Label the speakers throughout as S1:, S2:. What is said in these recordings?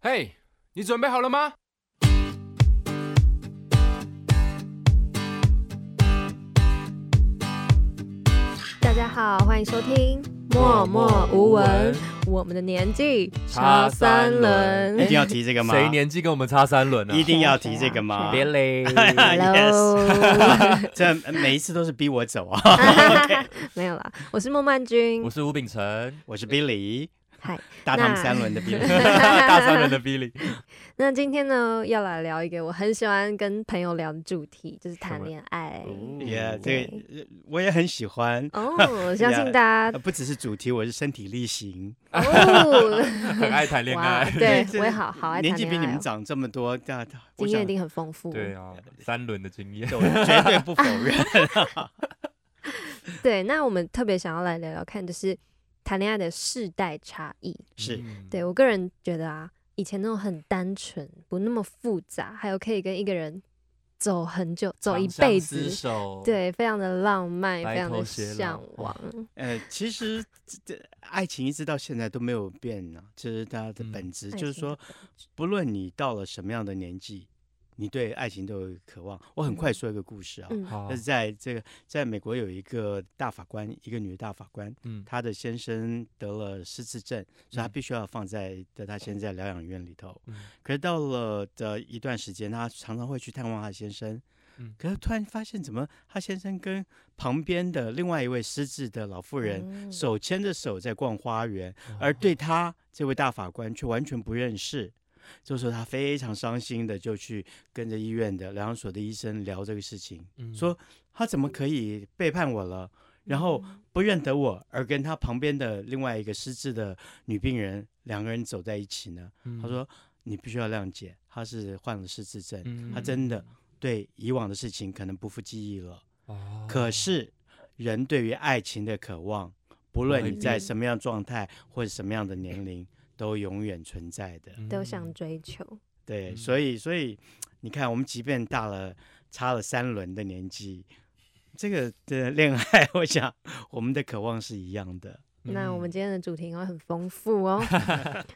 S1: 嘿、你准备好了吗？
S2: 大家好，欢迎收听《默默无闻》，我们的年纪
S1: 差三轮
S3: 一定要提这个吗？
S1: 谁年纪跟我们差三轮啊？
S3: 一定要提这个吗？ Ah,
S1: 别嘞，
S2: ，Hello，
S3: 这每一次都是逼我走啊！OK，
S2: 没有啦，我是孟曼君
S1: 我，是吴秉承，
S3: 我是 Billy，
S2: 嗨。
S3: 大
S2: 那
S3: 唐三轮的 Billy。
S1: 大三轮的 Billy，
S2: 那今天呢，要来聊一个我很喜欢跟朋友聊的主题，就是谈恋爱。
S3: Yeah，这
S1: 嗯
S3: 个呃我也很 喜欢，
S2: 哦，我相信
S3: Yeah
S2: 大
S3: 呃
S2: 家
S3: 不只是主题，我是身体力行。
S2: 哦，
S1: 很爱谈恋
S2: 哇，
S1: 爱。
S2: 对
S3: 这
S2: 我也好好爱谈恋
S3: 年纪比你
S2: 爱
S3: 们
S2: 哦，
S3: 长这么多，大大我
S2: 经验
S3: 想
S2: 一定很丰富。
S1: 对啊，三轮的经验。
S2: 哦
S3: 对我绝对不否 认。
S2: 对，那我们特别想要来聊聊看，就是谈恋爱的世代差异。
S3: 是
S1: 嗯，
S2: 对我个人觉得啊，以前那种很单纯，不那么复杂，还有可以跟一个人走很久，走一
S1: 长相厮
S2: 辈子，
S1: 守，
S2: 对，非常的浪漫，
S1: 白
S2: 非常
S1: 头
S2: 的
S1: 偕老
S2: 向
S1: 哇
S2: 往。
S3: 呃，其实这这爱情一直到现在都没有变呢，这是它的
S1: 嗯
S3: 本质，
S2: 爱
S3: 就是
S2: 情
S3: 说，不论你到了什么样的年纪，你对爱情都有渴望。我很快说一个故事啊，
S2: 嗯
S1: 好
S3: 但，是在这个在美国有一个大法官，一个女大法官，
S1: 嗯，
S3: 她的先生得了失智症，所以她
S1: 嗯
S3: 必须要放在在她先生在疗养院里头。
S1: 嗯
S3: 可是到了的一段时间，她常常会去探望她先生。
S1: 嗯
S3: 可是突然发现，怎么她先生跟旁边的另外一位失智的老妇人
S2: 嗯
S3: 手牵着手在逛花园，而
S1: 哦
S3: 对她这位大法官却完全不认识。这时候她非常伤心的就去跟着医院的疗养所的医生聊这个事情。
S1: 嗯
S3: 说他怎么可以背叛我了，然后
S1: 嗯
S3: 不认得我，而跟他旁边的另外一个失智的女病人两个人走在一起呢？
S1: 嗯
S3: 他，说你必须要谅解，他是患了失智症，
S1: 嗯
S3: 他真的对以往的事情可能不复记忆了。
S1: 哦
S3: 可是人对于爱情的渴望，不
S1: 会
S3: 论你在
S2: 变
S3: 什么样状态或者什么样的年龄，都永远存在的。
S2: 都想追求，
S3: 对，
S1: 嗯
S3: 所以所以你看，我们即便大了差了三轮的年纪，这个的恋爱，我想我们的渴望是一样的。
S1: 嗯
S2: 那我们今天的主题应该很丰富 哦。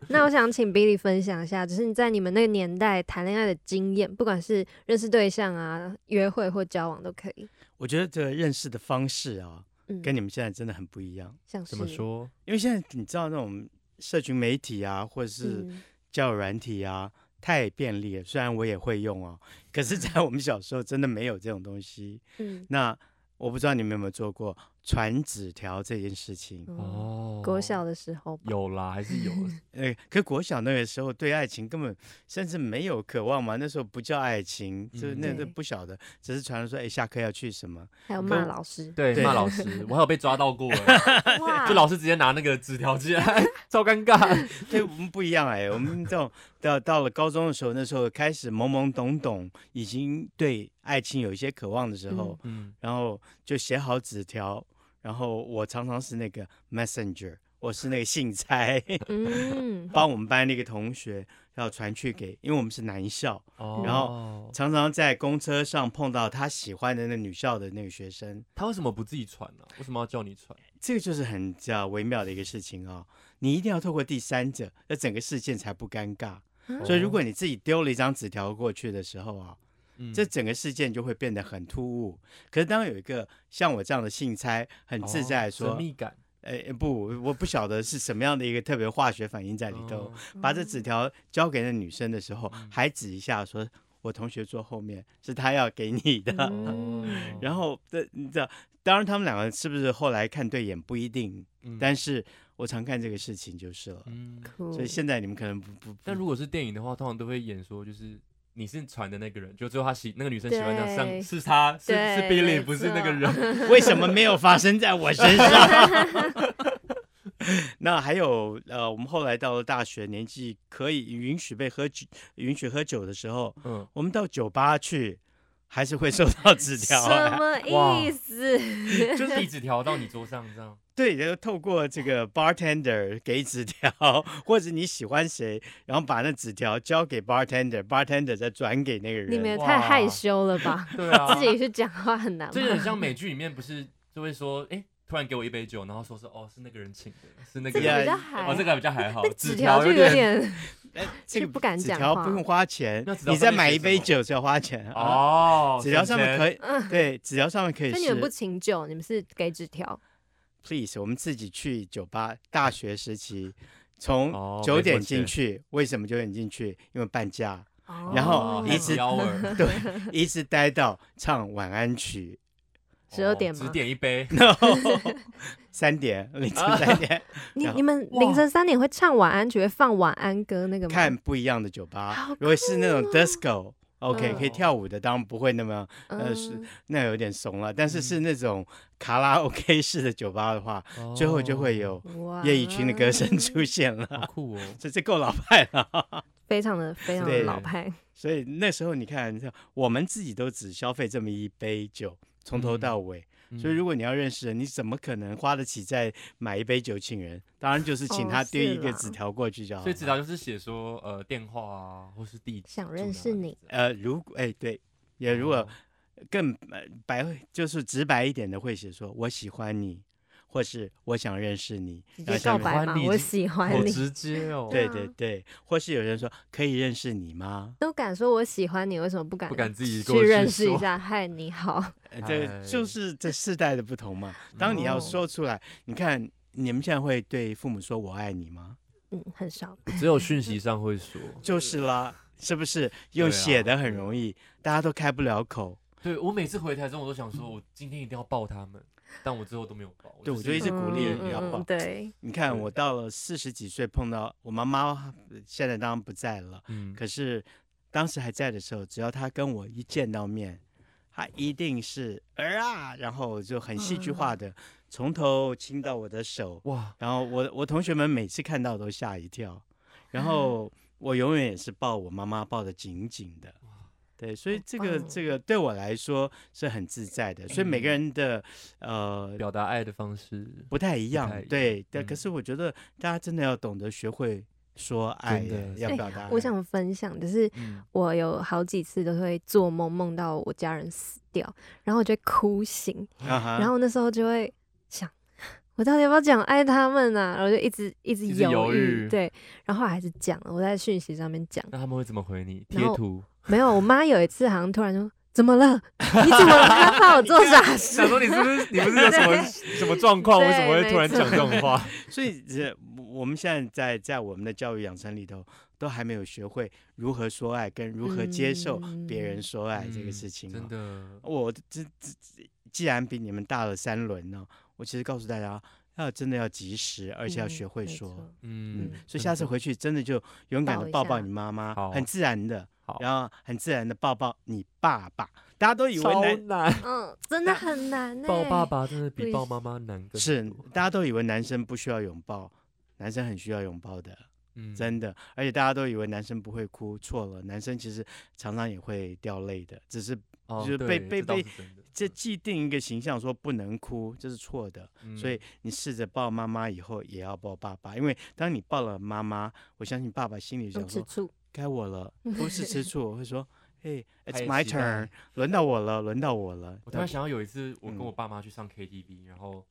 S2: 那我想请 Billy 分享一下，就是你在你们那个年代谈恋爱的经验，不管是认识对象啊、约会或交往都可以。
S3: 我觉得这个认识的方式啊，
S2: 嗯，
S3: 跟你们现在真的很不一样，
S2: 像是
S1: 怎么？说？
S3: 因为现在你知道那种社群媒体啊，或者是
S2: 嗯，
S3: 交友软体啊。太便利了，虽然我也会用哦，可是，在我们小时候真的没有这种东西。
S2: 嗯，
S3: 那我不知道你们有没有做过传纸条这件事情。
S2: 哦，
S1: 哦，
S2: 国小的时候吧，
S1: 有啦，还 是有
S3: 呃，可国小那个时候对爱情根本甚至没有渴望嘛，那时候不叫爱情，就
S1: 嗯
S3: 那
S2: 对
S3: 都不晓得，只是传说哎下课要去什么，
S2: 还有
S3: 跟
S2: 骂老 师，
S1: 对
S3: 对
S1: 骂老师，我还有被抓到 过欸，
S2: 哇
S1: 就老师直接拿那个纸条进 来，超尴尬。
S3: 对我们不一样哎，我们这种到到了高中的时候，那时候开始懵懵懂懂，已经对爱情有一些渴望的时候，
S1: 嗯，
S3: 然后就写好纸条，然后我常常是那个 messenger，我是那个信 差，
S2: 嗯，
S3: 帮我们班的一个同学要传去给，因为我们是男校，
S1: 哦
S3: 然后常常在公车上碰到他喜欢的那女校的那个学生，
S1: 他为什么不自己传呢？为什么要叫你传？
S3: 这个就是很叫微妙的一个事情哦。你一定要透过第三者，那整个事件才不尴尬。
S1: 哦
S3: 所以如果你自己丢了一张纸条过去的时候啊，
S1: 嗯
S3: 这整个事件就会变得很突兀。可是当有一个像我这样的信差很自在地
S1: 哦
S3: 说
S1: 神秘感：“
S3: 哎、不，我不晓得是什么样的一个特别化学反应在里头。
S1: 哦嗯
S3: 把这纸条交给那女生的时候，还指一下说：“我同学坐后面，是他要给你的。
S2: 嗯
S3: 然后这你知道，当然他们两个是不是后来看对眼不一定，
S1: 嗯
S3: 但是我常看这个事情就是了。
S1: 嗯，
S2: 酷，
S3: 所以现在你们可能不不，不
S1: 但如果是电影的话，通常都会演说就是。你是传的那个人，就最后他喜那个女生喜欢上
S2: 对
S1: 上是他是
S2: 对
S1: 是 Billy
S2: 没
S1: 不是那个
S2: 错
S1: 人，
S3: 为什么没有发生在我身上？ 那还有呃，我们后来到了大学，年纪可以允许被喝酒，允许喝酒的时候，
S1: 嗯，
S3: 我们到酒吧去，还是会收到纸条、
S2: 什
S3: 啊
S2: 么意思？
S1: 就是递纸条到你桌上这 样，
S3: 对，然后透过这个 bartender 给纸条，或者你喜欢谁，然后把那纸条交给 bartender，bartender 再转给那个人。
S2: 你们也太害羞了 吧？
S1: 对啊，
S2: 自己去讲话很难
S1: 这个
S2: 吗？
S1: 很像美剧里面不是就会说，哎、突然给我一杯酒，然后说是哦是那个人请的，是那个
S2: 这个
S1: 人
S2: 比较
S3: 呀
S2: 还
S1: 哦这个比较还好，
S2: 纸条就有
S1: 点
S2: 点
S3: 哎
S2: 是
S3: 这个
S2: 不敢
S3: 纸
S2: 讲
S3: 条
S2: 话
S3: 不用花钱
S1: 那纸，条
S3: 你
S1: 上
S3: 再
S1: 面
S3: 买
S1: 写
S3: 一
S1: 什
S3: 杯
S1: 么
S3: 酒就要花钱啊。
S1: 哦，
S3: 纸条上面可
S1: 以，
S3: 以，对，纸条上面可以
S2: 所以你们不
S3: 是
S2: 请酒，你们是给纸条。
S3: please，我们自己去酒吧。大学时期，从
S1: 哦
S3: 九
S1: 没
S3: 点
S1: 过
S3: 进
S1: 钱
S3: 去，为什么九点进去？因为半价， 然
S2: 哦
S3: 后一直
S1: happy hour
S3: 对，一直待到唱晚安曲，
S2: 12点
S1: 只
S2: 吗
S1: 哦点一杯，
S3: 然后三点凌晨三点
S2: 你
S3: 然后
S2: 你们
S1: 哇
S2: 凌晨三点会唱晚安曲，会放晚安歌那个吗？
S3: 看不一样的酒吧
S2: 好。啊
S3: 如果是那种 disco。OK，、可以
S1: 嗯
S3: 跳舞的，当然不会那么呃是
S2: 嗯
S3: 那有点怂了。但是是那种卡拉 OK 式的酒吧的话，
S1: 哦
S3: 最后就会有
S2: 哇
S3: 叶以群的歌声出现了。
S1: 好酷哦，
S3: 这这够老派了。
S2: 非常的非常的
S3: 对
S2: 老派。
S3: 所以那时候你看，你看我们自己都只消费这么一杯酒，从头
S1: 嗯
S3: 到尾。
S1: 嗯
S3: 所以如果你要认识人，你怎么可能花得起再买一杯酒请人？当然就是请
S2: 哦
S3: 他丢
S2: 是
S3: 一个
S2: 啦
S3: 纸条过去就好了。
S1: 所以纸条就是写说呃电话啊，或是地址，
S2: 想
S1: 住
S2: 认
S1: 哪
S2: 识
S1: 里
S2: 你
S1: 这样，
S3: 呃，如果哎对，也如
S1: 哦
S3: 果更呃白就是直白一点的，会写说我喜欢你，或是我想认识你，
S2: 直
S3: 然
S2: 接告
S3: 后下面
S2: 白嘛
S1: 欢，你
S2: 我
S1: 已经
S2: 喜欢
S1: 好
S2: 你，
S1: 直接哦，
S3: 对
S2: 啊
S3: 对对，或是有人说可以认识你吗？
S2: 都敢说我喜欢你，为什么不敢
S1: 不敢自己过
S2: 去认识
S1: 说
S2: 一，下？嗨，你好，
S3: 呃这
S1: 哎
S3: 就是这世代的不同嘛。当你要
S2: 哦
S3: 说出来，你看你们现在会对父母说我爱你吗？
S2: 嗯，很少。
S1: 只有讯息上会说。
S3: 就是啦，是不是？用
S1: 对啊
S3: 写的很容易，大家都开不了口。
S1: 对我每次回台中，我都想说，我今天一定要抱他们，但我最后都没有抱。
S3: 对我
S1: 就
S3: 就一直鼓励
S2: 嗯
S3: 人家
S2: 嗯
S3: 吧
S2: 嗯对，
S3: 你看，
S1: 对
S3: 我到了四十几岁，碰到我妈妈，呃现在当然不在了，
S1: 嗯，
S3: 可是当时还在的时候，只要她跟我一见到面，她一定是儿啊，然后就很戏剧
S1: 嗯
S3: 化的从头亲到我的手，
S1: 哇，
S3: 然后我我同学们每次看到都吓一跳，然 后我永远也是抱我妈妈抱得紧紧的，对，所以这个
S1: 哦
S2: 棒
S3: 这个对我来说是很自在的，所以
S1: 嗯
S3: 每个人的呃
S1: 表达爱的方式，
S3: 不太一样
S1: 不太一，样
S3: 对，但可
S1: 嗯
S3: 是我觉得大家真的要懂得学会说爱
S1: 真的
S3: 耶，要
S2: 哎
S3: 表达爱。
S2: 我想分享，就是
S1: 嗯，
S2: 我有好几次都会做梦，梦到我家人死掉，然后我就会哭醒，
S3: 啊哈，
S2: 然后那时候就会想，我到底要不要讲爱他们啊？然后就一直一直
S1: 一直犹豫
S2: 对，然后后来还是讲了，我在讯息上面讲，
S1: 那他们会怎么回你？贴
S2: 然后
S1: 图，
S2: 没有，我妈有一次好像突然说。怎么了？你怎么了？ 她怕我做傻事
S1: 想？说你是不是你不是有什么什 么状况？
S2: 对
S1: 为什么会突然
S2: 没
S1: 讲
S2: 错
S1: 这种话？
S3: 所以这我们现在在在我们的教育养成里头，都还没有学会如何说爱，跟如何接受别人
S2: 嗯
S3: 说爱这个
S1: 嗯
S3: 事情、哦
S1: 真的，
S3: 我这这这既然比你们大了三轮呢、我其实告诉大家，要真的要及时，而且要
S2: 嗯
S3: 学会
S2: 没
S3: 说。
S2: 错
S1: 嗯
S2: 嗯，
S3: 所
S1: 真
S3: 以下次
S1: 的
S3: 回去真的就勇敢的
S2: 抱一
S3: 抱抱
S2: 下
S3: 你妈妈，
S1: 好
S3: 很自然的
S1: 好，
S3: 然后很自然的抱抱你爸爸。大家都以为
S1: 超
S3: 男
S1: 难，
S2: 嗯，真的很难欸呢、
S1: 抱爸爸真的比
S2: 对
S1: 抱妈妈难更
S3: 是
S1: 多，
S3: 大家都以为男生不需要拥抱，男生很需要拥抱的，
S1: 嗯，
S3: 真的。而且大家都以为男生不会哭，错了，男生其实常常也会掉泪的，只是
S1: 哦
S3: 就是
S1: 对
S3: 被
S1: 这
S3: 被
S1: 倒
S3: 被
S1: 是真的
S3: 这既定一个形象说不能哭，这是错的。
S1: 嗯
S3: 所以你试着抱妈妈以后，也要抱爸爸，因为当你抱了妈妈，我相信爸爸心里
S2: 用
S3: 想
S2: 吃
S3: 说
S2: 醋，
S3: 该我 了，不是吃醋，我会说，嘿、i t
S1: 他
S3: s
S1: 也
S3: my
S1: 期待
S3: turn，轮到我了，轮到我了。
S1: 我突然想到有一次，我跟
S3: 嗯
S1: 我爸妈去上 KTV，然后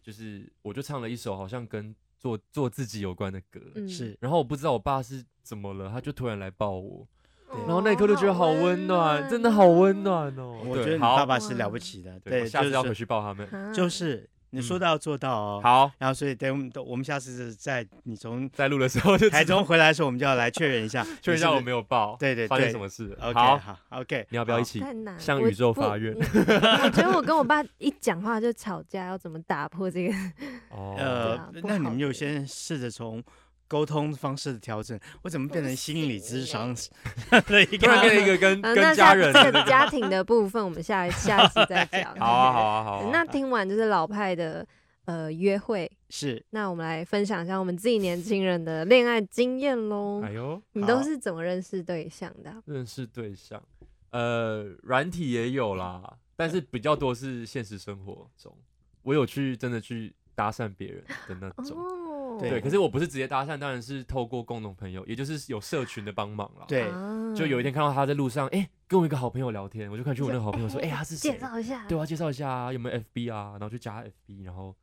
S1: 就是我就唱了一首好像跟做做自己有关的歌，
S2: 嗯，
S3: 是，
S1: 然后我不知道我爸是怎么了，他就突然来抱我，
S2: 哦，
S1: 然后那一刻就觉得好温暖，真的好温暖哦。
S3: 我
S1: 对
S3: 觉得你
S1: 好
S3: 爸爸是了不
S2: 哇
S3: 起的，
S1: 对，
S3: 对，
S1: 我下次要
S3: 就
S1: 回
S3: 是
S1: 去抱他们。
S2: 啊。
S3: 就是你说
S1: 嗯
S3: 到做到哦。
S1: 好，
S3: 然后所以等我们等我们下次在你从
S1: 在录的时 候就
S3: 台
S1: 知道
S3: 中回来的时候，我们就要来确认一下，
S1: 确认一下我没
S3: 有。
S1: 有抱，
S3: 对对
S1: 发生
S3: 对
S1: 什么事了。
S3: OK，
S1: 好，
S3: 好，OK，
S1: 你要不要
S3: 好
S1: 一起
S2: 太难，
S1: 向
S2: 我
S1: 宇宙
S2: 不
S1: 发愿
S2: 嗯我觉得我跟我爸一讲话就吵架，要怎么打破这个？
S1: 哦，
S2: 对
S3: 呃
S2: 啊，不
S3: 那你
S2: 好
S3: 们就
S2: 的
S3: 先试着从沟通方式的调整，我怎么变成心理咨商的 一
S1: 突然
S3: 个？
S1: 变成一个 跟
S2: 啊，
S1: 跟家
S2: 那下
S1: 人的
S2: 这个
S1: 那个
S2: 家庭的部分，我们下一下一次再讲。
S1: 好啊好啊好啊，
S2: 那听完就是老派的呃约会，
S3: 是
S2: 那我们来分享一下我们自己年轻人的恋爱经验喽。
S1: 哎呦，
S2: 你都
S3: 好
S2: 是怎么认识对象的啊？
S1: 认识对象，呃，软体也有啦，但是比较多是现实生活中，我有去真的去搭讪别人的那种。
S2: 哦，
S1: 对，可是我不是直接搭讪，当然是透过共同朋友，也就是有社群的帮忙啦。，
S3: 对，
S2: 啊
S1: 就有一天看到他在路上，哎、跟我一个好朋友聊天，我就快去我那个好朋友说，哎、他是谁
S2: 哦介？绍一下，
S1: 啊对，我要介绍一下啊，有没有 FB 啊？然后就加他 FB，然后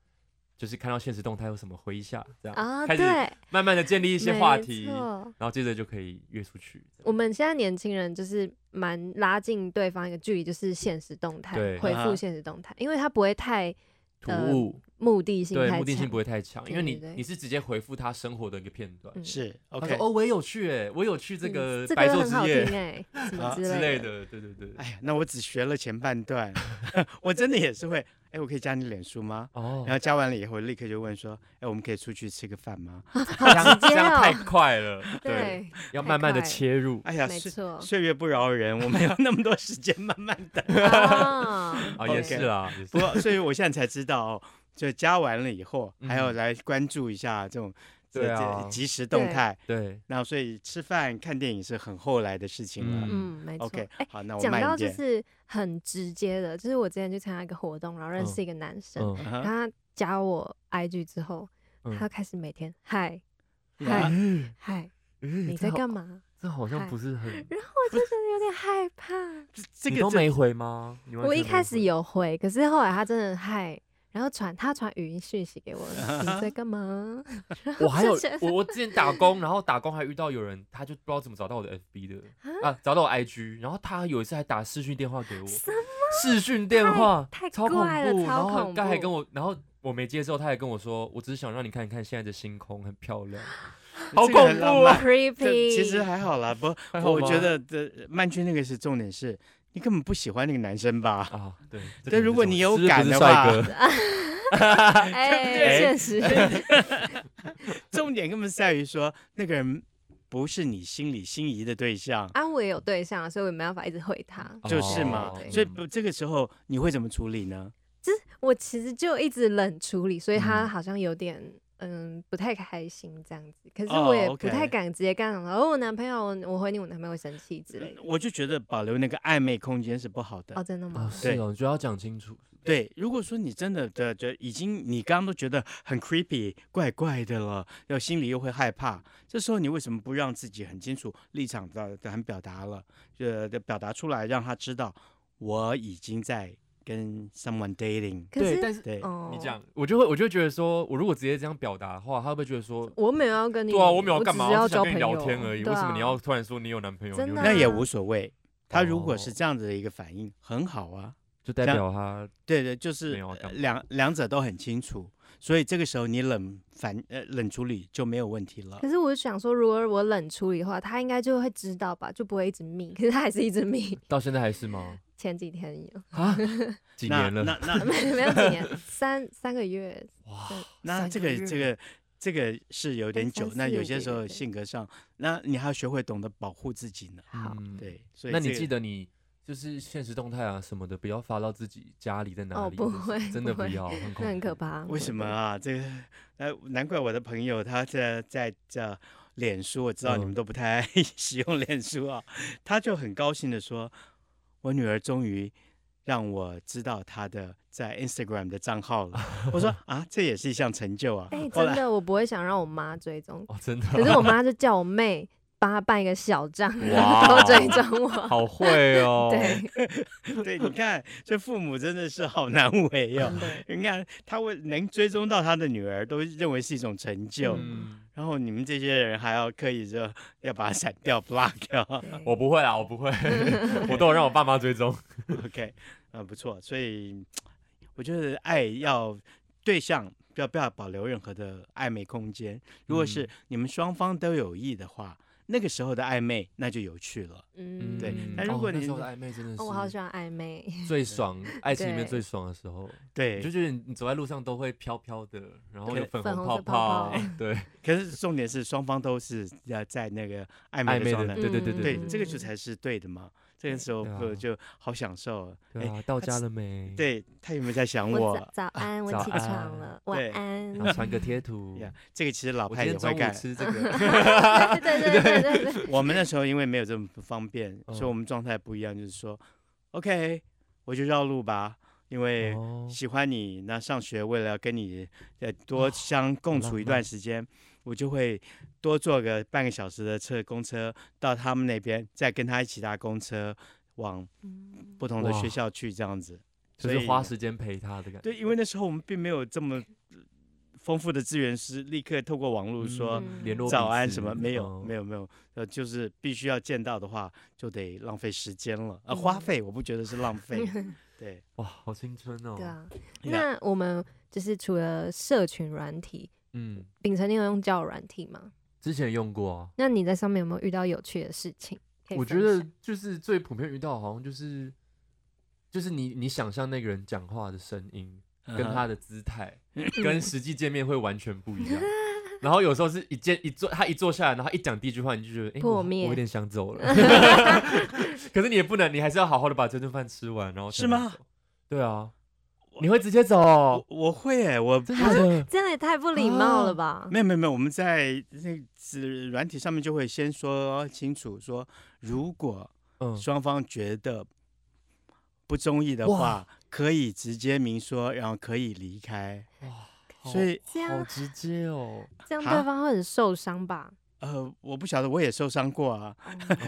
S1: 就是看到现实动态有什么回一下，这样、
S2: 啊，
S1: 开始
S2: 对，
S1: 慢慢的建立一
S2: 一
S1: 些话题，然后接着就可以约出去。这样
S2: 我们现在年轻人就是蛮拉近对方一个距离，就是现实动态
S1: 对
S2: 回
S3: 啊
S2: 复现实动态，因为他不会太
S1: 突
S2: 呃
S1: 兀，
S2: 目的性太
S1: 对，
S2: 强，
S1: 目的性不会太强，因为你
S2: 对对对
S1: 你是直接回复他生活的一个片段。
S2: 嗯
S3: 是
S1: 他
S3: OK
S1: 说：“。哦，我也有去诶，我有去这
S2: 嗯
S1: 个
S2: 这
S1: 白
S2: 歌
S1: 昼
S2: 很好
S1: 之
S2: 听
S1: 夜
S2: 哎，什么
S3: 啊
S1: 之类
S2: 类。
S1: 的。”对对对。
S3: 哎呀，那我只学了前半段， 我真的也是会。哎，我可以加你脸书吗？
S1: 哦
S3: 然，后加完了以后，立刻就问说：“哎，我们可以出去吃个 饭吗
S1: 这样
S2: 直接
S1: 这样太
S2: 哦
S1: 快了，对，
S2: 对，
S1: 要
S2: 太
S1: 慢慢的
S2: 快
S1: 切入？”
S3: 哎呀，
S2: 没
S3: 岁
S2: 错
S3: 岁月不饶人，我没有那么多时间慢慢等。
S2: 啊
S1: 啊，也
S2: 对
S1: 是啦，也是
S3: 不过，所以我现在才知道哦，就加完了以后，还要
S1: 嗯
S3: 来关注一下这种这
S1: 对
S3: 这
S1: 啊
S3: 即时动
S2: 对
S3: 态。
S1: 对，
S3: 那所以吃饭看电影是很后来的事情了。
S2: 嗯，没错。
S3: OK，
S2: 哎，
S3: 好，那我
S2: 讲
S3: 慢
S2: 到
S3: 一
S2: 就
S3: 点。
S2: 是很直接的，就是我之前去参加一个活动，然后认识一个男生，
S1: 嗯，
S3: 嗯哼
S2: 他加我 IG 之后，
S1: 嗯
S2: 他开始每天嗨
S3: 哇
S2: 嗨嗨，你
S3: 嗯
S1: 你
S2: 在干嘛？
S1: 哎这好像
S2: 嗨
S1: 不是很，
S2: 我就觉得有点害怕。
S3: 这这
S1: 你
S3: 个
S1: 都
S3: 这
S1: 没回吗？你完
S2: 我一
S1: 全没
S2: 开始
S1: 回
S2: 有回，可是后来他真的嗨，然后传他传语音讯息给我，你在干嘛？
S1: 我还 有
S2: 之前
S1: 我我之前打工，然后打工还遇到有人，他就不知道怎么找到我的 FB 的啊，找到我 IG，然后他有一次还打视讯电话给我，
S2: 什
S1: 视讯电话
S2: 太太
S1: 超恐
S2: 怪了
S1: 怖，
S2: 超
S1: 然后
S2: 恐
S1: 刚还
S2: 怖
S1: 跟我，然后我没接之后，他还跟我说，我只是想让你看一看现在的星空很漂 亮，好恐
S3: 这个很
S1: 怖
S3: 浪
S1: 哦
S3: 漫，
S2: creepy，
S3: 这其实还好啦，不，
S1: 还好
S3: 我觉
S1: 吗
S3: 得的曼君那个是重点是，你根本不喜欢那个男生吧？
S1: 啊，对，这
S3: 但
S1: 个是
S3: 如果
S1: 什么
S3: 你有
S1: 是不是
S3: 感
S1: 不是
S3: 的
S1: 帅
S3: 话
S1: 哥
S2: 哎，现实
S3: 重点根本在于说那个人不是你心里心仪的对象，
S2: 啊，我也有对象，所以我没办法一直回他。
S3: 就是嘛。
S1: 哦
S3: 所以
S1: 嗯
S3: 不这个时候你会怎么处理呢？
S2: 我其实就一直冷处理，所以他
S1: 嗯
S2: 好像有点嗯不太开心这样子。可是
S3: 哦
S2: 我也不
S3: ，OK
S2: 太敢直接跟他讲说，哦，我男朋友，我回你，我男朋友会生气
S1: 嗯
S2: 之类的。
S3: 我就觉得保留那个暧昧空间是不好的。
S2: 哦，真的
S1: 哦，
S2: 吗？
S1: 是
S3: 对
S1: 哦，你就要讲清楚，
S3: 对，如果说你真的的就已经你刚刚都觉得很 creepy 怪怪的了，要心里又会害怕，这时候你为什么不让自己很清楚立场的的很表达了，呃，地表达出来让他知道我已经在跟 someone dating。
S2: 可
S1: 对，
S2: 是
S1: 但是哎
S3: 对，
S2: 哦，
S1: 你讲，我就会我就会觉得说，我如果直接这样表达的话，他会不会觉得说？
S2: 我没有要跟你，
S1: 对啊，我没有干嘛，
S2: 只是
S1: 我
S2: 要
S1: 只想
S2: 交
S1: 跟
S2: 朋
S1: 你
S2: 友
S1: 聊天而已。
S2: 对
S1: 为什么
S2: 啊
S1: 你要突然说你有男朋友？
S2: 真
S1: 你有
S2: 的
S1: 女
S3: 那
S1: 朋
S3: 也
S1: 友
S2: 啊
S3: 无所谓，他如果是
S1: 哦
S3: 这样子的一个反应，很好啊。
S1: 就代
S3: 这样
S1: 表他
S3: 对对，就是
S1: 没有要
S3: 呃
S1: 干嘛
S3: 两两者都很清楚，所以这个时候你冷反呃冷处理就没有问题了
S2: 可。是我就想说，如果我冷处理的话，他应该就会知道吧，就不会一直密。可是他还是一直密。
S1: 到现在还是 吗？
S2: 前几天有，
S1: 啊，几
S3: 那
S1: 年了？
S3: 那 那
S2: 没没有几 年，三三个月。
S1: 哇，
S3: 那这个这个这个是有点
S2: 哎三
S3: 久，
S2: 四
S3: 那有
S2: 五
S3: 些
S2: 个
S3: 时候
S2: 月
S3: 性格上，那你还要学会懂得保护自己呢。
S2: 好，
S1: 嗯，
S3: 对，所以
S1: 那你
S3: 这个
S1: 记得你就是现实动态啊什么的，不要发到自己家里在哪
S2: 哦
S1: 里
S2: 不
S1: 或者什么，
S2: 会
S1: 真的
S2: 不
S1: 不
S2: 会
S1: 要，很恐
S2: 那很可
S1: 怖。
S2: 怕。
S3: 为什么啊？这个呃，难怪我的朋友他在在这脸书，我知道你们
S1: 嗯
S3: 都不太 使用脸书啊，他就很高兴的说，我女儿终于。让我知道她的在 Instagram 的账号了。 我 说啊，这也是一项成就啊。
S2: 哎，
S3: 后来
S2: 真的，我不会想让我妈 追踪，
S1: 哦，真的啊。
S2: 可是我妈就叫我妹帮她办一个小账，然
S1: 哇
S2: 后追踪我。
S1: 好会哦。
S2: 对，
S3: 对，你看，这父母真的是好难为哟、你看，他会能追踪到他的女儿，都认为是一种成就。
S1: 嗯，
S3: 然后你们这些人还要刻意说要把它删掉、block 掉。
S1: 我不会啦，我不 会，我都有让我爸妈追踪。
S3: OK，啊、不错。所以我觉得爱要对象不要不要保留任何的暧昧空间。如果是
S1: 嗯
S3: 你们双方都有意的话，那个时候的暧昧那就有趣了。
S2: 嗯，
S3: 对
S1: 嗯
S3: 但如
S1: 哦
S3: 果
S1: 那
S3: 你
S1: 时候的暧昧真的是，
S2: 哦我好喜欢暧昧，
S1: 最爽，爱情里面
S2: 对
S1: 最爽的时候，你
S3: 对
S1: 就，觉得你你走在路上都会飘飘的，然后
S3: 对
S1: 有粉
S2: 粉
S1: 红
S2: 红
S1: 泡
S2: 色泡泡
S1: 对，
S3: 可是重点是双方都是要在那个暧昧
S1: 暧
S3: 的
S1: 昧
S3: 状
S1: 的，
S3: 态。
S1: 对对对
S3: 对
S1: 对，
S3: 这个就
S2: 嗯
S3: 才是对的嘛。这个时候
S1: 对啊
S3: 呃就好享受哦。
S1: 对
S3: 哎，
S1: 啊，到家了没？，
S3: 对他有没有 在想
S2: 我早
S3: 我？
S2: 早安，我
S1: 早
S2: 起床
S1: 安
S2: 了，晚
S3: 对
S2: 安。
S1: 然后传个贴 图。
S3: 呀，这个其实老
S1: 嗯我
S3: 派
S1: 今
S3: 也
S1: 天中
S3: 会
S1: 午
S3: 干。
S1: 吃这个，
S2: 对 对对对 对对，
S3: 我们那时候因为没有这么不方便，
S1: 嗯
S3: 所以我们状态不一样，就是说，OK，我就绕路吧，因为
S1: 哦
S3: 喜欢你。那上学为了要跟你呃多相共
S1: 浪
S3: 处一
S1: 漫
S3: 段时间，我就会多坐个半个小时的车公车到他们那边，再跟他一起搭公车往
S2: 嗯
S3: 不同的学
S1: 哇
S3: 校去，这样子。
S1: 就
S3: 所
S1: 是
S3: 以
S1: 花时间陪他的感觉。
S3: 对，因为那时候我们并没有这么丰富的资源是立刻透过网络说
S2: 嗯
S1: 联络
S3: 早
S1: 彼
S3: 安
S1: 此
S3: 什么，没有
S1: 嗯
S3: 没有没有，呃，就是必须要见到的话，就得浪费时间了，呃，花
S2: 嗯
S3: 费我不觉得是浪 费，对，
S1: 哇，好青春哦。
S2: 对，啊。
S3: 呀
S2: 那我们就是除了社群软体，
S1: 嗯，
S2: 秉承你有用交友软体吗？
S1: 之前用过啊。
S2: 那你在上面有没有遇到有趣的事情？可以
S1: 我
S2: 分
S1: 觉得
S2: 享
S1: 就是最普遍遇到，好像就是就是你你想象那个人讲话的声音，跟
S3: 嗯
S1: 他的姿态，
S2: 嗯
S1: 跟实际见面会完全不一样。 然后有时候是一见一坐，他一坐下来，然后一讲第一句话，你就觉得，哎，
S2: 破
S1: 我我
S2: 灭
S1: 有点想走 了。 可是你也不能，你还是要好好的把这顿饭吃完，然后才
S3: 是
S1: 能
S3: 吗
S1: 走？对啊，你会直接走
S3: 我，我会哎、我
S1: 真的假的？
S2: 这样也太不礼貌了
S1: 啊
S2: 吧？
S3: 没有没有没有，我们在那个子软体上面就会先说清楚说，如果
S1: 嗯，
S3: 双方觉得不中意的
S1: 哇
S3: 话，可以直接明说，然后可以离开。
S1: 哇，好
S3: 所以
S2: 这样啊
S1: 好直接哦，
S2: 这样
S3: 哈
S2: 对方会很受伤吧？
S3: 呃，我不晓得，我也受伤过啊，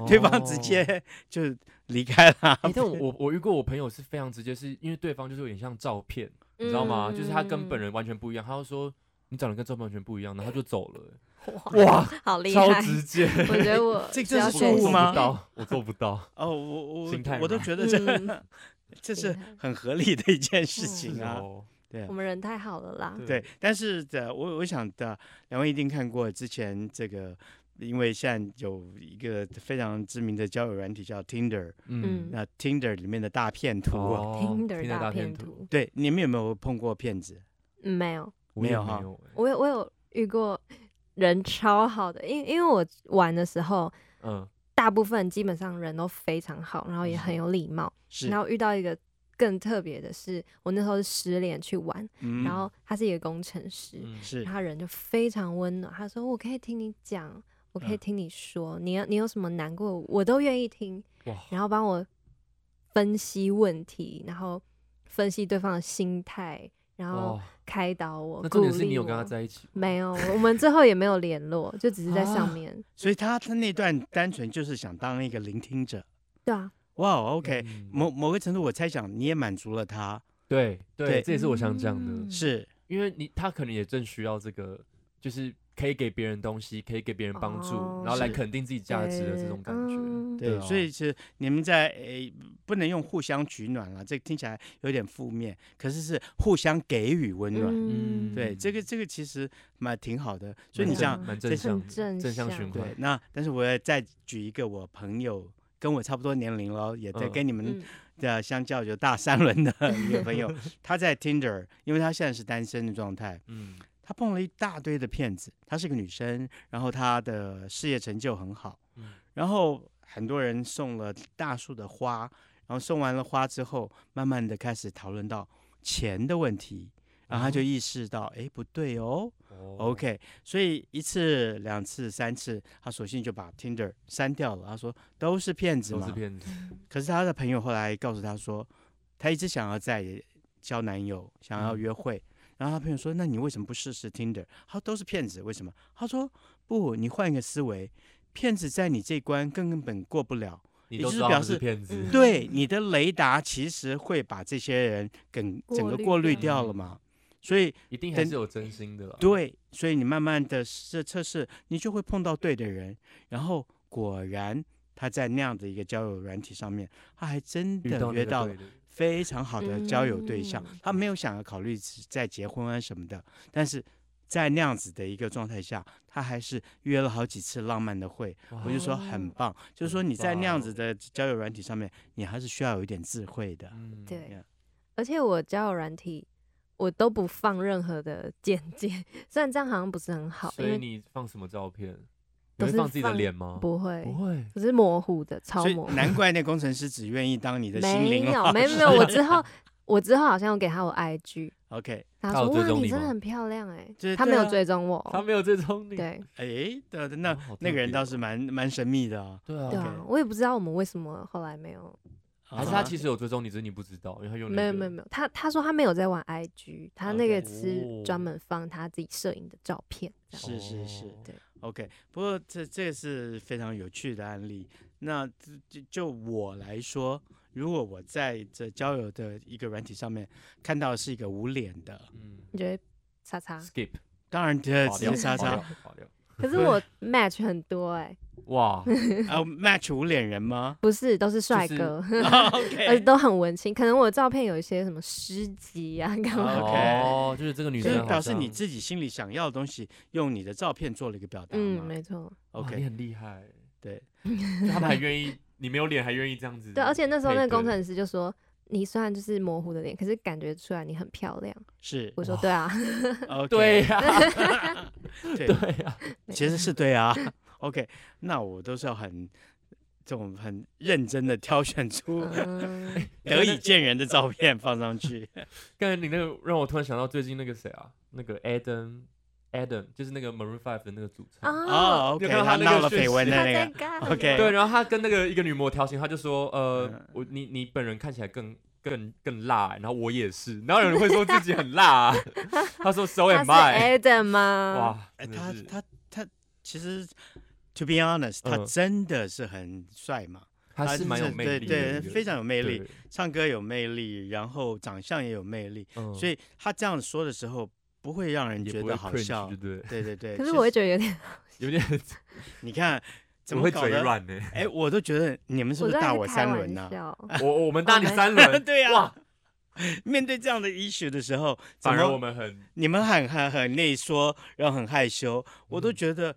S2: 哦
S3: 对方直接就离开了。
S1: 诶哎但我我我遇过我朋友是非常直接，是因为对方就是有点像照片， 你知道吗？就是他跟
S2: 嗯
S1: 本人完全不一样，他就说你长得跟照片完全不一样，然后他就走了，
S2: 嗯哇，
S1: 哇，
S2: 好厉害！
S1: 超直接。
S2: 我 觉得我
S3: 这
S2: 需
S3: 这
S2: 要
S3: 是
S2: 学
S3: 错
S2: 习
S3: 误吗
S1: 我做不到，我做不 到。
S3: 哦，我我
S1: 心态
S3: 我都
S1: 嘛
S3: 觉得这、
S2: 嗯
S3: 这
S2: 心
S3: 是
S2: 态
S3: 很合理的一件事
S2: 嗯
S3: 情啊。
S1: 哦，
S3: 对
S2: 我们人太好了啦。
S3: 对，但是的，我我想的，两位一定看过之前这个，因为现在有一个非常知名的交友软体叫 Tinder，
S2: 嗯
S3: 那 Tinder 里面的大骗徒啊，
S1: 哦
S2: Tinder
S1: 大
S2: 骗
S1: 图，
S2: 图
S3: 对，你们有没有碰过骗子？
S2: 嗯没有，
S1: 我也
S3: 没有哈
S1: 没有欸
S2: 我有我有遇过人超好的，因因为我玩的时候，
S1: 嗯，
S2: 大部分基本上人都非常好，然后也很有礼貌。
S3: 是，
S2: 然后遇到一个更特别的是，我那时候是失联去玩，
S3: 嗯
S2: 然后他是一个工程师，
S1: 嗯
S3: 是
S2: 然后他人就非常温暖，他说我可以听你讲。我可以
S3: 嗯
S2: 听你说，你有你有什么难过，我都愿意听，
S1: 哇，
S2: 然后帮我分析问题，然后分析对方的心态，然后
S1: 哇，
S2: 开导我。
S1: 那重点
S2: 鼓
S1: 是你
S2: 励
S1: 有跟他
S2: 我
S1: 在一起吗，
S2: 没有，我们最后也没有联络，就只是在上
S1: 啊
S2: 面。
S3: 所以他他那段单纯就是想当一个聆听者。
S2: 对啊，
S3: 哇、o k
S1: 嗯
S3: 某某个程度我猜想你也满足了他，
S1: 对对，
S3: 对
S1: 这也是我想讲
S2: 嗯
S1: 的，
S3: 是
S1: 因为你他可能也正需要这个，就是可以给别人东西，可以给别人帮助，
S2: 哦
S1: 然后来
S3: 是
S1: 肯定自己价值的这种感觉。
S2: 嗯
S3: 对，
S1: 对啊
S3: 所以是你们在诶、不能用互相取暖了，这听起来有点负面，可是是互相给予温暖。
S2: 嗯，
S3: 对，这个这个其实蛮挺好的，所以你
S1: 蛮
S2: 这样
S3: 想
S1: 正蛮
S2: 这
S1: 正向
S2: 很
S1: 的，
S2: 正
S1: 正向
S2: 向
S1: 循环
S3: 对，，那但是我也再举一个我朋友跟我差不多年龄了，也在
S1: 嗯
S3: 跟你们
S2: 嗯
S3: 的相较就大 三轮的一个朋友，他在 Tinder，因为他现在是单身的状态，
S1: 嗯
S3: 他碰了一大堆的骗子。她是个女生，然后她的事业成就很好，
S1: 嗯
S3: 然后很多人送了大束的花，然后送完了花之后，慢慢的开始讨论到钱的问题，然后他就
S1: 哦
S3: 意识到，哎、不对哦
S1: 哦
S3: ，OK，所以一次、两次、三次，他索性就把 Tinder 删掉了。他说都是骗子
S1: 都
S3: 嘛，
S1: 是骗子，
S3: 可是她的朋友后来告诉她说，她一直想要在交男友，想要
S1: 嗯
S3: 约会。然后她朋友说：“那你为什么不试试 Tinder？” 她说：“都是骗子，为什么？”她说：“不，你换一个思维，骗子在你这关根本过不了。
S1: 你
S3: 也
S1: 都
S3: 就是
S1: 知道他
S3: 表
S1: 们是
S3: 示
S1: 骗子
S2: 嗯，
S3: 对，你的雷达其实会把这些人整整个
S2: 过滤
S3: 过滤
S2: 掉
S3: 掉了
S1: 嗯
S3: 嘛。所以
S1: 一定还
S3: 等
S1: 是有真心的啦。
S3: 对，所以你慢慢的测测试，你就会碰到对的人。然后果然，他在那样的一个交友软体上面，他还真
S1: 遇到
S3: 的
S1: 那
S3: 约
S1: 个
S3: 到了
S1: 对的
S3: 非常好的交友对象，
S2: 嗯
S3: 他没有想要考虑再结婚啊什么的，但是在那样子的一个状态下，他还是约了好几次浪漫的会，
S1: 哇
S3: 我就说很
S2: 哦
S3: 棒，就是说
S1: 很
S3: 你在那样
S1: 棒哦
S3: 子的交友软体上面，你还是需要有一点智慧的。
S1: 嗯
S2: 对
S3: Yeah，
S2: 而且我交友软体我都不放任何的 简介，虽然这样好像不是很好，因
S1: 所以
S2: 为
S1: 你放什么照片？你
S2: 都
S1: 会
S2: 是
S1: 放自己的
S2: 放
S1: 脸吗？
S2: 不会，
S1: 不会，
S2: 我是模糊的，超
S3: 所以
S2: 模糊。
S3: 难怪那工程师只愿意当你的心
S2: 没
S3: 灵哦
S2: 有，
S3: 老
S2: 没有，没有。我之后，我之后好像有给他我 IG，
S3: OK，
S2: 他
S1: 他有
S2: 说
S1: 哦追
S2: 哇，
S1: 踪
S2: 你
S1: 你
S2: 真的
S1: 吗
S2: 很漂亮哎
S3: 对，
S2: 他
S3: 对
S2: 没有
S3: 啊
S2: 追踪
S1: 他
S2: 我，
S1: 没有追踪你。
S2: 哦对
S3: 哎，对的，那
S1: 哦好
S3: 那
S1: 特
S3: 个人
S1: 别
S3: 倒
S1: 哦
S3: 是蛮蛮神秘的啊。
S1: 对
S2: 对
S1: 啊，
S2: 啊，我也不知道我们为什么后来没有，
S1: 还是
S3: 啊
S1: 他其实有追踪你，只是你不知道，因为他用
S2: 没有没有没有，他他说他没有在玩 IG，他那个
S3: OK
S2: 是专
S1: 哦
S2: 门放他自己摄影的照片，这样
S3: 是是是
S1: 哦
S2: 对
S3: OK，不过这这是非常有趣的案例。那这就就我来说，如果我在这交友的一个软体上面看到是一个无脸的，
S1: 嗯
S2: 你觉得叉叉。
S1: skip
S3: 当然呃
S1: 划
S3: 直
S1: 掉，
S3: 接叉
S1: 划
S3: 叉
S1: 掉，划掉。
S2: 可是我 match 很多哎、
S1: 哇，
S3: 啊，match 无脸 人吗呃
S2: 不是都是帅
S1: 就是
S2: 哥，而且
S3: ？OK，
S2: 都很文青。可能我的照片有一些什么诗集啊，干嘛？
S3: OK
S1: 哦，就是这个女
S3: 就
S1: 生
S3: 是
S1: 好
S3: 表示你
S1: 像
S3: 自己心里想要的东西，用你的照片做了一个表达
S2: 嗯，
S3: 嘛。
S2: 没错。
S1: 哇你
S3: OK，
S1: 很厉害，
S3: 对，
S1: 就他们还愿意，你没有脸还愿意这样子。
S2: 对，而且那时候那个工
S1: 程，
S2: 程师就说：“你虽然就是模糊的脸，可是感觉出来你很漂亮。
S3: 是”
S2: 我说：“对啊，
S3: OK，
S1: 对 呀，
S3: 对
S1: 对呀，
S3: 其实是对啊。OK，那我都是要很这种很认真的挑选出
S2: 嗯，
S3: 得以见人的照片放上去。
S1: 刚才你那个让我突然想到最近那个谁啊，那个 Adam Adam，就是那个 Maroon Five 的那个主唱。
S2: 啊，
S3: 哦
S1: 你有
S3: ，OK，
S1: 看到他
S3: 他
S1: 那
S3: 闹
S1: 个
S3: 了
S1: 讯
S3: 绯闻
S1: 息
S3: 的
S2: 他
S3: 那
S2: 在
S3: 个，
S2: 干
S3: OK
S1: 对，然后他跟那个一个女模调情，他就说，呃
S3: 嗯，
S1: 我你你本人看起来更更更辣、欸然后我也是，然后有人会说自己很辣、啊， 他说 So
S2: 他
S1: am
S2: 是
S1: I，
S2: Adam 吗？
S1: 哇，
S3: 哎，
S1: 真的
S3: 他
S1: 是
S3: 他他其实，to be honest，他
S1: 嗯
S3: 真的是很帅嘛，
S1: 他是蛮有魅力的一个
S3: 对
S1: 人，
S3: 对，非常有魅力，
S1: 对，
S3: 唱歌有魅力，然后长相也有魅力，
S1: 嗯
S3: 所以他这样说的时候不会让人
S1: 也
S3: 觉
S1: 不
S3: 得
S1: 会
S3: 好
S1: cringe，
S3: 笑
S1: 对，不对？
S3: 对对对。
S2: 可
S3: 其
S2: 是我会
S3: 实
S2: 觉得有点，
S1: 有点
S3: 你看 怎
S1: 我
S3: 么
S1: 会
S3: 搞
S1: 嘴
S3: 的？
S1: 软呢、
S3: 哎，我都觉得你们是
S2: 我
S3: 不是
S2: 在
S3: 大
S2: 是
S3: 我
S2: 开
S3: 三
S2: 玩
S3: 轮呐、啊
S2: 笑。
S1: 我我们大你三轮，
S3: 对呀、
S1: 哇，
S3: 面对这样的 issue 的时候，怎
S1: 反而我
S3: 么
S1: 们很
S3: 你们很很很内缩，然后很害羞，我都觉得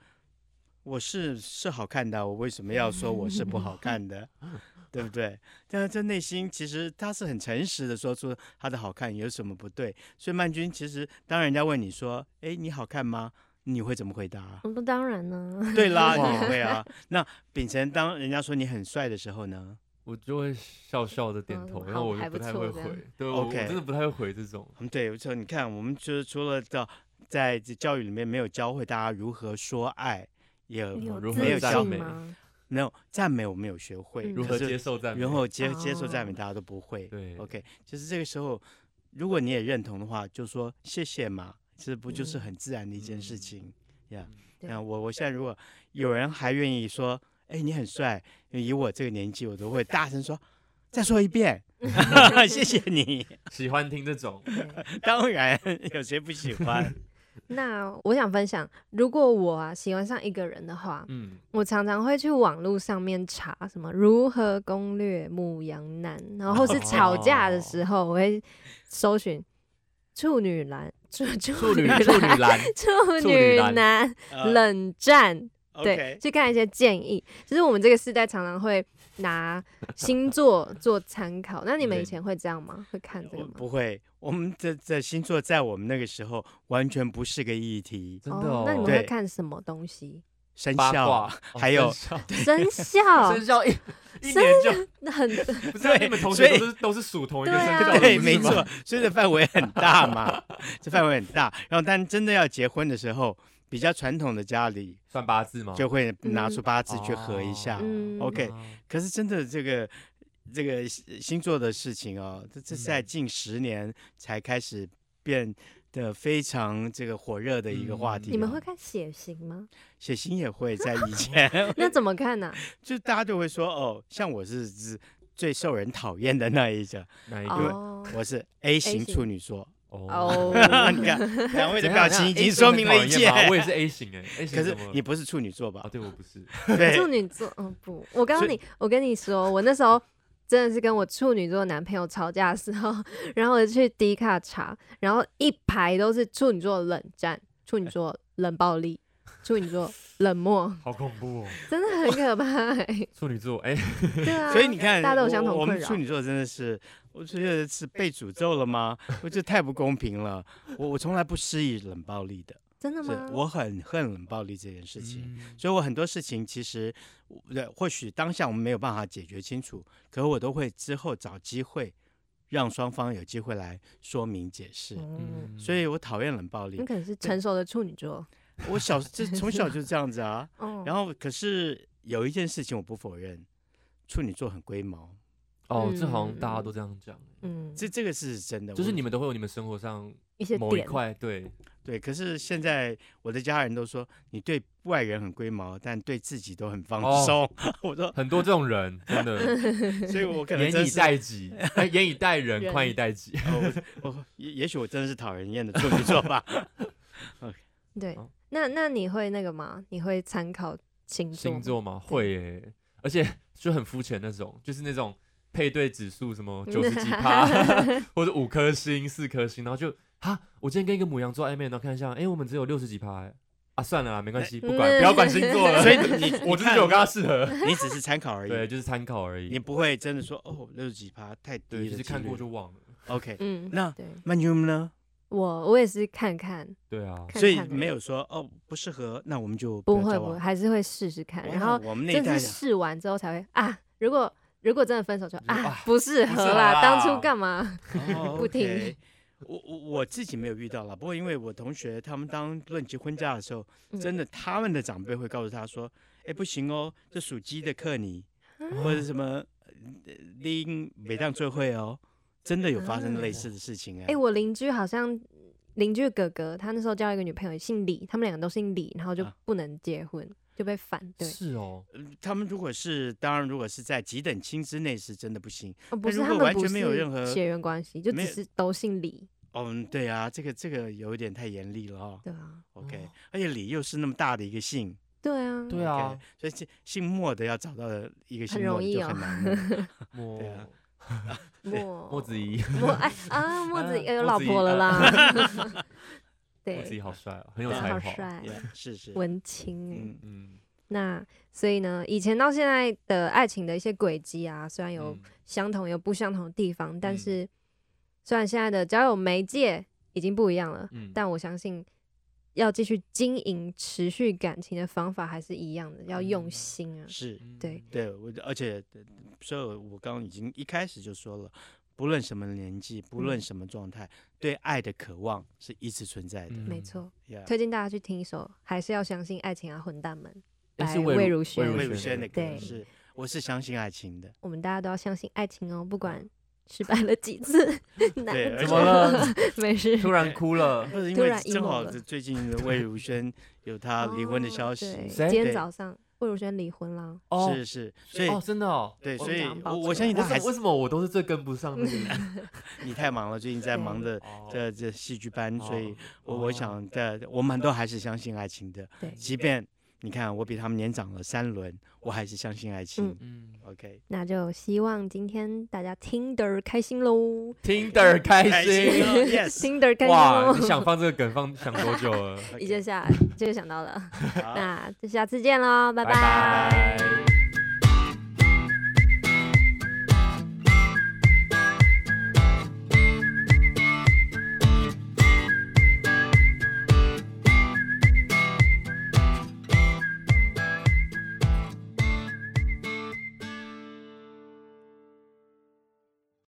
S3: 我是是好看的啊，我为什么要说我是不好看的，对不对？但是这内心其实他是很诚实的说出他的好看有什么不对，所以曼君其实当人家问你说，哎，你好看吗？你会怎么回答啊、
S2: 我说哦当然啊呢，
S3: 对啦，你
S1: 哇
S3: 也会啊。那秉承当人家说你很帅的时候呢，
S1: 我就会笑笑的点
S2: 嗯
S1: 头，
S2: 好
S1: 然后我
S2: 还
S1: 就
S2: 不
S1: 不太
S2: 错
S1: 会
S2: 这
S1: 回
S2: 样，
S1: 对我我
S3: OK
S1: 真的不太会回这种，
S3: 嗯，对，就你看，我们就是除了到在这教育里面没有教会大家如何说爱，也
S2: 你有
S1: 如
S3: 没有
S2: 自
S3: 教
S1: 赞
S2: 信
S1: 美
S2: 吗？
S3: 没有赞美，我们有学会
S2: 嗯
S1: 如
S3: 可
S1: 何
S3: 是
S1: 接受赞美，
S3: 然后接接受
S2: 哦
S3: 赞美，大家都不会。
S1: 对
S3: OK，就是这个时候，如果你也认同的话，就说谢谢嘛，这不就是
S2: 嗯
S3: 很自然的一件事
S1: 嗯
S3: 情呀？
S2: 对
S3: 那我我现在如果有人还愿意说，哎，你很帅，以我这个年纪，我都会大声说，再说 一遍，谢谢你。
S1: 喜欢听这种，
S2: 对
S3: 当然，有谁不喜 欢？
S2: 那我想分享，如果我啊喜欢上一个人的话，
S1: 嗯，
S2: 我常常会去网络上面查什么如何攻略母羊男，然后或是吵架的
S1: 哦
S2: 时候，我会搜寻处女男、处
S1: 处
S2: 处
S1: 女
S2: 男
S1: 处女栏，
S2: 处
S1: 处女
S2: 女
S1: 男
S2: 男
S3: 呃
S2: 冷战，对
S3: OK，，
S2: 去看一些建议。就是我们这个世代常常会拿 星座做参考，那你们以
S1: 对
S2: 前会这样吗？会看这个
S3: 我
S2: 吗？
S3: 不会，我们这这星座在我们那个时候完全不是个议题，
S1: 真的哦，
S2: 那你们会
S3: 对
S2: 看什么东西？
S3: 生
S1: 八
S3: 肖
S1: 卦，
S3: 还 有
S2: 生肖
S1: 生肖一一
S2: 生
S1: 年就
S2: 那很
S1: 不是啊
S3: 对
S1: 你们同
S3: 所
S1: 学
S3: 以
S1: 都是都是属同一个
S2: 对
S1: 生
S2: 啊
S1: 肖的，
S3: 对，
S1: 不是
S3: 没
S1: 吗
S3: 错，所以这范围很大嘛，这范围很大。然后，但真的要结婚的时候，比较传统的家里
S1: 算八字吗？
S3: 就会拿
S2: 嗯
S3: 出八
S1: 哦
S3: 字去合一下。
S2: 嗯
S3: OK 可是真的这个这个星星座的事情哦，这这是在
S1: 嗯
S3: 近十年才开始变得非常这个火热的一个话
S1: 嗯
S3: 题、哦
S2: 你们会看血型 吗？
S3: 写信也会在 以前
S2: 那怎么看呢、
S3: 就大家就会说哦，像我是是最受人讨厌的那一个，
S1: 哪一个？
S2: 哦
S3: 我是 A 型
S2: 型
S3: 处女座。
S2: 哦，
S3: 你 看两位的
S1: 怎样
S3: 表
S1: 怎样
S3: 情已
S1: A
S3: 经
S1: 型
S3: 说
S1: 很
S3: 明
S1: 讨
S3: 了一
S1: 厌
S3: 切。
S1: 吗我 也是 A 型哎，A 型
S3: 可是
S1: 怎么
S3: 你不是处女座吧
S1: 哦，？对我不是，
S2: 处
S3: 对，
S2: 女座，嗯不，我告诉
S3: 所以
S2: 你，我跟你说，我那时候真的是跟我处女座男朋友吵架的时候， 然后我就去迪卡查，然后一排都是处女座冷战、处女座冷暴力、处女座冷漠，
S1: 好恐怖哦，
S2: 真的很可怕、 欸。
S1: 处女座哎，
S2: 对啊，
S3: 所以你看，
S2: 大家都有相
S3: 我
S2: 同
S3: 我
S2: 困
S3: 们
S2: 扰
S3: 处。女座真的是，我觉得是被诅咒了吗？我觉得太不公平了。我我从来不施以冷暴力的，
S2: 真的
S3: 是
S2: 吗？
S3: 我很恨冷暴力这件事情。
S1: 嗯
S3: 所以我很多事情其实，我对，或许当下我们没有办法解决清楚，可我都会之后找机会，让双方有机会来说明解释。
S2: 嗯，
S1: 嗯
S3: 所以我讨厌冷暴力
S2: 你，可能是成熟的处女座。
S3: 我小这从小就是这样子啊。
S2: 哦，
S3: 然后可是有一件事情我不否认，处女座很龟毛，
S1: 哦，这好像
S2: 嗯
S1: 大家都这样讲，
S2: 嗯，
S3: 这这个是真的。
S1: 就是
S3: 哎我
S1: 你们都会有你们生活上
S2: 一些
S1: 某一
S2: 点，
S1: 块对
S3: 对，可是现在我的家人都说你对外人很龟毛，但对自己都很放
S1: 哦
S3: 松。 我说，
S1: 很多这种人真的
S3: 所以我 可能
S1: 严
S3: 真
S1: 以
S3: 是
S1: 待己， 哎严以待人，
S2: 人
S1: 宽以待己。
S3: 哦我我也也许我真的是讨人厌的处女座吧。
S2: 对
S1: 哦，
S2: 那那你会那个吗？你会参考星座吗？
S1: 星座嘛，会耶、而且就很肤浅那种，就是那种配对指数什么九十几 趴，或者五颗星、四颗星，然后就哈，我今天跟一个母羊座暧昧，然后看一下，哎、我们只有六十几趴、欸，啊，算了啦，没关系，不管，
S2: 嗯
S1: 不要管星座了。
S3: 所以你你
S1: 我就
S3: 看
S1: 觉得我跟他适合，
S3: 你只是参考 而
S1: 对，
S3: 已，
S1: 就是参考而
S3: 你
S1: 已。
S3: 不会真的说哦六十几趴太低
S1: 对，
S3: 了，
S1: 就是看过就。忘了。
S3: OK，
S2: 嗯，
S3: 那
S2: 对
S3: 曼君呢？
S2: 我我也是看看，
S1: 对啊，
S2: 看
S3: 所以
S2: 看而
S3: 没
S2: 已
S3: 有说哦不适合，那我们就
S2: 不
S3: 要
S2: 会
S3: 交
S2: 不会，
S3: 往。
S2: 还是会试试看，
S3: 哇
S2: 然后
S3: 我们那一
S2: 真
S3: 代
S2: 是
S3: 的
S2: 试完之后才会啊，如果如果真的分手就
S1: 就
S2: 啊
S1: 啊
S2: 不适
S1: 不
S2: 合
S1: 适合
S2: 啦，当初
S1: 啦
S2: 干 嘛？
S3: 哦
S2: 不听
S3: OK 我我我自己没有遇到了，不过因为我同学他们当论及婚嫁的时候，
S2: 嗯
S3: 真的他们的长辈会告诉他说：“哎，不行哦，这属鸡的克你，
S2: 啊
S3: 或者什么呃拎每当最会哦。”真的有发生类似的事情哎、
S2: 哎，我邻居好像邻居哥哥，他那时候交一个女朋友姓李，他们两个都姓李，然后就
S3: 啊
S2: 不能结婚，就被反对。
S1: 是哦，
S3: 他们如果是当然，如果是在几等亲之内是真的不行。
S2: 哦，不
S3: 那
S2: 是
S3: 如
S2: 他
S3: 果
S2: 们
S3: 完
S2: 不
S3: 全没有
S2: 是
S3: 任何
S2: 血缘关系，就
S3: 没
S2: 只
S3: 有
S2: 是都姓李，
S3: 嗯，对啊，这个这个有一点太严厉了哦。
S2: 对啊，
S3: OK，、
S1: 哦
S3: 而且李又是那么大的一个姓，
S2: 对啊，
S1: 对啊
S3: OK，，所以这姓莫的要找到一个姓
S2: 很
S3: 莫
S2: 容
S3: 的
S2: 易
S3: 就
S2: 哦
S3: 很难了。
S1: 莫
S3: 对啊
S2: 莫
S1: 莫子仪，
S2: 莫哎啊，莫子仪
S1: 啊
S2: 有
S1: 莫
S2: 老
S1: 子仪
S2: 婆了啦，
S1: 莫子
S2: 对
S1: 仪，好帅哦，很有
S3: 对
S1: 才
S2: 好
S1: 华。
S2: 帅，
S3: Yeah，是是，
S2: 文青哎。
S3: 嗯，
S1: 嗯，
S2: 那所以呢，以前到现在的爱情的一些轨迹啊，虽然有
S1: 嗯
S2: 相同有不相同的地方，但
S1: 嗯
S2: 是虽然现在的交友媒介已经不一样了，
S1: 嗯
S2: 但我相信要继续经营、持续感情的方法还是一样的，要用
S1: 嗯
S2: 心啊。
S3: 是。
S2: 对
S3: 对，我而且，呃所以我刚刚已经一开始就说了，不论什么年纪，不论
S2: 嗯
S3: 什么状态，对爱的渴望是一直存在的。
S1: 嗯
S2: 没错，
S3: Yeah，
S2: 推荐大家去听一首《还是要相信爱情啊，混蛋们》，
S1: 诶是
S2: 白
S1: 魏
S2: 魏
S1: 如
S2: 如萱
S1: 魏
S3: 魏
S1: 如
S3: 如
S1: 萱
S3: 萱
S1: 的
S3: 的
S2: 对
S3: 歌是，我是相信爱情的。
S2: 我们大家都要相信爱情哦，不管失败了几次，难
S3: 对
S2: 得
S3: 而
S1: 怎么了？
S2: 没事，
S1: 哎突然哭了。
S3: 不是因
S2: 突
S3: 为
S2: 然
S3: 正
S2: emo
S3: 好
S2: 了
S3: 这最近的魏如萱有她啊离婚的
S2: 哦
S3: 消息，
S2: 对
S1: 谁
S2: 今天
S3: 对
S2: 早上魏如萱离婚啦，
S1: 哦，
S3: 是是，所以、
S1: 哦，真的哦，
S3: 对，
S1: 我
S3: 所以
S2: 我们
S3: 我
S2: 把它
S3: 我相信
S1: 为
S3: 她
S1: 什
S3: 还
S1: 么为
S3: 是
S1: 什么我都是最跟不上那 个？
S3: 你太忙了，最近在忙着
S1: 哦
S3: 这这戏剧班，所以
S1: 哦
S3: 我我想在我们都还是相信爱情的，
S2: 对，
S3: 即便你看我比他们年长了三轮，我还是相信爱情。
S2: 嗯
S1: 嗯
S3: OK，
S2: 那就希望今天大家听得开心喽，
S1: ，Tinder 开
S3: 开
S1: 心
S3: 心哦 Yes，
S2: 听得开心
S1: 哇！
S2: 喽
S1: 你。想放这个梗放想多久了？
S2: 一
S3: OK，
S2: 下下就想到了，
S3: 好
S2: 那就下次见喽，拜
S1: 拜拜。